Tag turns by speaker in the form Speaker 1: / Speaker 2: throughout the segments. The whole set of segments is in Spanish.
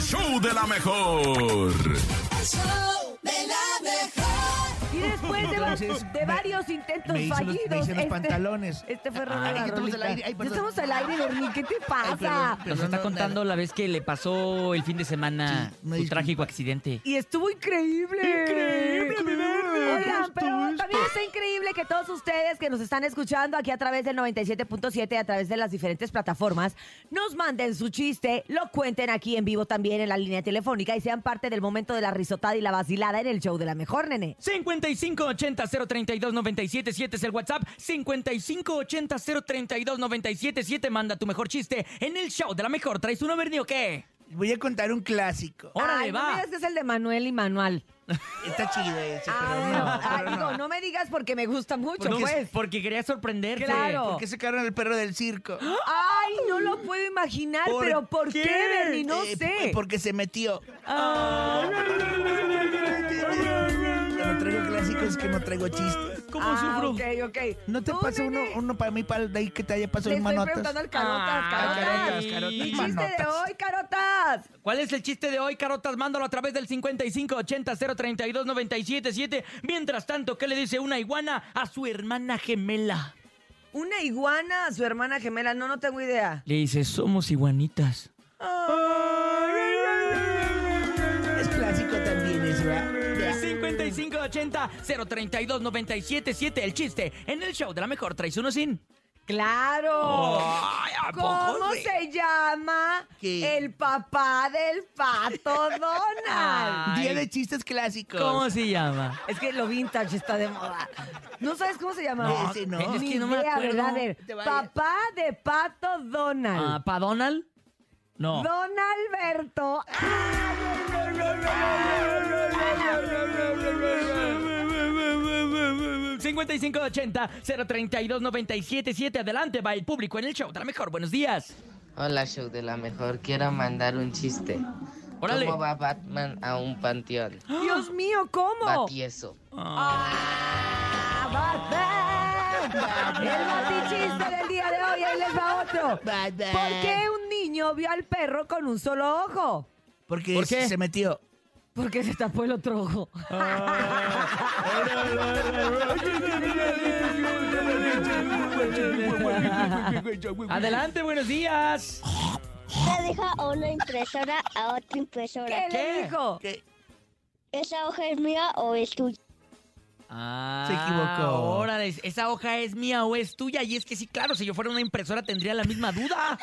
Speaker 1: show de la mejor.
Speaker 2: show de la mejor.
Speaker 3: Y después de, va-
Speaker 4: Entonces,
Speaker 3: de
Speaker 4: me-
Speaker 3: varios intentos
Speaker 4: me hice los- me
Speaker 3: fallidos.
Speaker 4: hice los pantalones. Ah,
Speaker 3: Este fue
Speaker 4: Ay,
Speaker 3: Ronald.
Speaker 4: que estamos al aire. Ay,
Speaker 3: ya
Speaker 4: perdón.
Speaker 3: estamos al aire, Bernie. ¿Qué te pasa?
Speaker 4: perdón,
Speaker 5: Nos
Speaker 4: Pero
Speaker 5: está
Speaker 4: no,
Speaker 5: contando la vez que le pasó el fin de semana
Speaker 4: Sí, una
Speaker 5: un
Speaker 4: disculpa.
Speaker 5: trágico accidente.
Speaker 3: Y estuvo increíble.
Speaker 5: Increíble, mi verde.
Speaker 3: Oigan,
Speaker 5: ¿Cómo
Speaker 3: pero
Speaker 5: estuvo esto?
Speaker 3: también está increíble que todos ustedes que nos están escuchando aquí a través del 97.7, a través de las diferentes plataformas, nos manden su chiste, lo cuenten aquí en vivo también en la línea telefónica y sean parte del momento de la risotada y la vacilada en el show de la mejor, nene.
Speaker 5: 5580-032-977 es el WhatsApp. 5580-032-977. Manda tu mejor chiste en el show de la mejor. ¿Traes uno, Bernie, o qué?
Speaker 4: Voy a contar un clásico.
Speaker 5: ¡Órale,
Speaker 3: Ay, No
Speaker 5: va!
Speaker 3: me digas que es el de Manuel y Manual.
Speaker 4: Está chido ese,
Speaker 3: Ah,
Speaker 4: pero
Speaker 3: bueno.
Speaker 4: no,
Speaker 3: Ah,
Speaker 4: pero
Speaker 3: digo,
Speaker 4: no.
Speaker 3: no me digas porque me gusta mucho,
Speaker 5: Porque-
Speaker 3: pues.
Speaker 5: Porque quería sorprenderte.
Speaker 3: Claro.
Speaker 4: ¿Por qué sacaron al perro del circo?
Speaker 3: Ay, no lo puedo imaginar,
Speaker 4: ¿Por
Speaker 3: pero ¿por qué,
Speaker 5: qué?
Speaker 3: Bernie? No
Speaker 4: Eh, Ah,
Speaker 3: sé.
Speaker 4: p- Porque se metió. Cuando traigo clásicos que no traigo chistes.
Speaker 5: ¿Cómo
Speaker 3: ah,
Speaker 5: sufro?
Speaker 3: Ok, ok.
Speaker 4: ¿No te
Speaker 3: Tú,
Speaker 4: pasa uno,
Speaker 3: nene,
Speaker 4: uno para mí, para de ahí que te haya pasado
Speaker 3: Le
Speaker 4: en
Speaker 3: estoy
Speaker 4: manotas?
Speaker 3: preguntando al Carotas,
Speaker 5: Ah,
Speaker 3: Carotas.
Speaker 5: Carotas,
Speaker 3: Mi
Speaker 5: Carotas,
Speaker 3: chiste de
Speaker 4: Manotas.
Speaker 3: hoy, Carotas.
Speaker 5: ¿Cuál es el chiste de hoy, Carotas? Mándalo a través del 5580-032-977. Mientras tanto, ¿qué le dice una iguana a su hermana gemela?
Speaker 3: Una iguana a su hermana gemela. No, no tengo idea.
Speaker 5: Le dice, somos iguanitas.
Speaker 4: Es clásico también eso, ¿verdad? Ya.
Speaker 5: 5580-032-977, el chiste, en el show de la mejor traes uno sin.
Speaker 3: ¡Claro!
Speaker 5: Ay, ¿a poco
Speaker 3: ¿Cómo
Speaker 5: sí?
Speaker 3: se llama
Speaker 4: ¿Qué?
Speaker 3: el papá del pato Donald?
Speaker 4: Día
Speaker 5: Ay.
Speaker 4: de chistes clásicos.
Speaker 5: ¿Cómo se llama?
Speaker 3: Es que lo vintage está de moda. ¿No sabes cómo se llamaba?
Speaker 4: No, Ese no. es
Speaker 3: Ni
Speaker 5: que no me
Speaker 3: idea,
Speaker 5: acuerdo.
Speaker 3: ¿verdad? A ver,
Speaker 4: Te vayas.
Speaker 3: papá de Pato
Speaker 5: Ah,
Speaker 3: Donald.
Speaker 5: ¿Pa Donald? No.
Speaker 3: Don Alberto.
Speaker 5: Mm, 5580-032-977, adelante va el público en el show de la mejor, buenos días.
Speaker 6: Hola, show de la mejor. Quiero mandar un chiste.
Speaker 5: Órale.
Speaker 6: ¿Cómo va Batman a un panteón?
Speaker 3: Dios mío, ¿cómo?
Speaker 6: Va tieso.
Speaker 3: Ah, Batman. El batichiste del día de hoy, ahí les va otro.
Speaker 4: Batman.
Speaker 3: ¿Por qué un niño vio al perro con un solo ojo?
Speaker 4: Porque
Speaker 5: ¿Por qué?
Speaker 4: se metió.
Speaker 3: Porque se tapó el otro ojo.
Speaker 5: Adelante, buenos días.
Speaker 7: Le dijo a una impresora a otra impresora.
Speaker 3: ¿Qué le dijo?
Speaker 4: ¿Qué?
Speaker 7: ¿Esa hoja es mía o es tuya?
Speaker 5: Ah,
Speaker 4: Se equivocó.
Speaker 5: Órale, esa hoja es mía o es tuya. Y es que sí, claro, si yo fuera una impresora tendría la misma duda.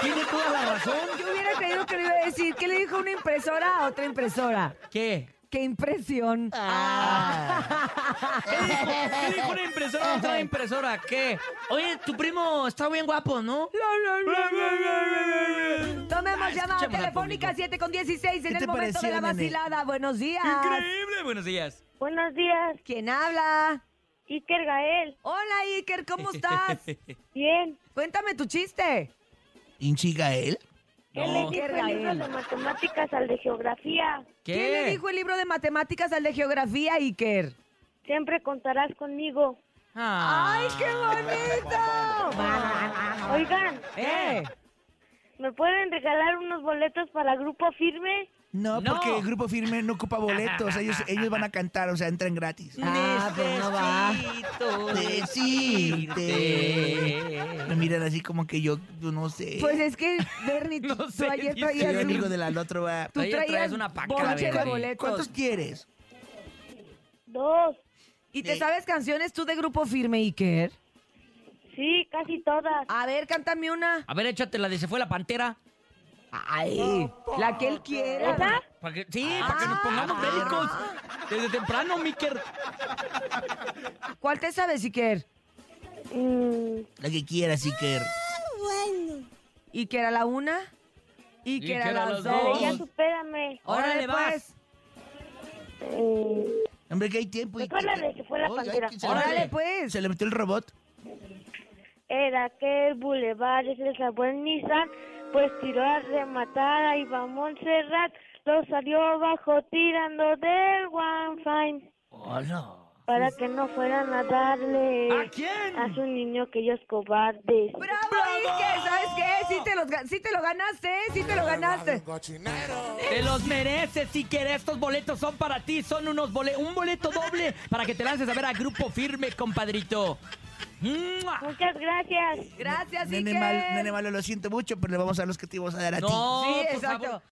Speaker 5: Tiene toda la razón.
Speaker 3: Yo hubiera creído que le iba a decir. ¿Qué le dijo una impresora a otra impresora?
Speaker 5: ¿Qué?
Speaker 3: ¡Qué impresión!
Speaker 4: Ah.
Speaker 5: ¿Qué dijo, ¿Qué dijo una impresora a otra impresora? ¿Qué? Oye, tu primo está bien guapo, ¿no?
Speaker 3: Tomemos llamada
Speaker 5: Ah, escuchemos al
Speaker 3: telefónica
Speaker 5: público.
Speaker 3: 7 con 16 en
Speaker 4: ¿Qué
Speaker 3: el momento
Speaker 4: te
Speaker 3: de
Speaker 4: pareció,
Speaker 3: la
Speaker 4: nene?
Speaker 3: vacilada. Buenos días.
Speaker 5: Increíble, buenos días.
Speaker 7: Buenos días,
Speaker 3: ¿Quién habla?
Speaker 7: Iker Gael.
Speaker 3: Hola Iker, ¿cómo estás?
Speaker 7: Bien.
Speaker 3: Cuéntame tu chiste.
Speaker 4: ¿Inchiga él?
Speaker 7: Él
Speaker 5: No.
Speaker 7: le dijo el libro
Speaker 3: Gael.
Speaker 7: de matemáticas al de geografía.
Speaker 3: ¿Quién le
Speaker 5: ¿Qué?
Speaker 3: dijo el libro de matemáticas al de geografía, Iker?
Speaker 7: Siempre contarás conmigo.
Speaker 5: Ah.
Speaker 3: ¡Ay, qué bonito!
Speaker 7: Oigan,
Speaker 3: ¡Eh!
Speaker 7: ¿me pueden regalar unos boletos para grupo firme?
Speaker 4: No,
Speaker 5: No.
Speaker 4: porque el grupo firme no ocupa boletos. Ellos, ellos van a cantar, o sea, entran gratis.
Speaker 3: Ah, pues no va.
Speaker 5: Necesito
Speaker 4: Me miran así como que yo, yo no sé.
Speaker 3: Pues es que, Bernie, tú,
Speaker 5: No
Speaker 3: tú
Speaker 5: sé,
Speaker 3: ayer
Speaker 5: dice
Speaker 4: Soy
Speaker 3: traías
Speaker 4: amigo
Speaker 3: un-
Speaker 4: del al otro va.
Speaker 3: Tú
Speaker 5: Oye, traes
Speaker 3: traías
Speaker 5: una paca,
Speaker 3: bonche de
Speaker 5: Bernie.
Speaker 3: boletos.
Speaker 4: ¿Cuántos quieres?
Speaker 7: Dos.
Speaker 3: ¿Y te sabes canciones tú de grupo firme, Iker?
Speaker 7: Sí, casi todas.
Speaker 3: A ver, cántame una.
Speaker 5: A ver, échate la de Se fue la pantera.
Speaker 3: Ay, la que él quiera.
Speaker 7: ¿Esa?
Speaker 5: Pa' que- sí, para
Speaker 3: Ah,
Speaker 5: que nos pongamos bélicos. Desde temprano, Miker.
Speaker 3: ¿Cuál te sabes, Iker?
Speaker 7: Mm,
Speaker 4: La que quieras, Iker.
Speaker 3: Iker a la una, Iker a las
Speaker 7: la de ya
Speaker 3: dos. pues.
Speaker 7: supérame.
Speaker 5: Órale, vas.
Speaker 7: Mm,
Speaker 4: Hombre, que hay tiempo.
Speaker 3: Pues,
Speaker 7: Mejor la de Se fue la
Speaker 4: Oye, ay,
Speaker 7: pantera.
Speaker 4: que se le-
Speaker 3: Órale, pues.
Speaker 4: Se le metió el robot.
Speaker 7: Era que el bulevar es el sabor Nissan, pues tiró a rematar a Iván Montserrat, lo salió abajo tirando del One Fine.
Speaker 4: Hola.
Speaker 7: para que no fueran a darle
Speaker 5: ¿A quién?
Speaker 7: a su niño que ellos cobardes.
Speaker 3: ¡Bravo, Inge! ¿Sabes qué? Sí te, los ga- sí te lo ganaste, ¿eh? sí te lo ganaste.
Speaker 5: Te los mereces, Iker. Estos boletos son para ti. Son unos bole- un boleto doble para que te lances a ver a Grupo Firme, compadrito. ¡Mua!
Speaker 7: Muchas gracias.
Speaker 3: Gracias,
Speaker 4: Nene,
Speaker 3: Iker.
Speaker 4: mal- nene malo, lo siento mucho, pero le vamos a dar los que te íbamos a dar a ti.
Speaker 5: No,
Speaker 3: Sí,
Speaker 5: por
Speaker 3: exacto.
Speaker 5: favor.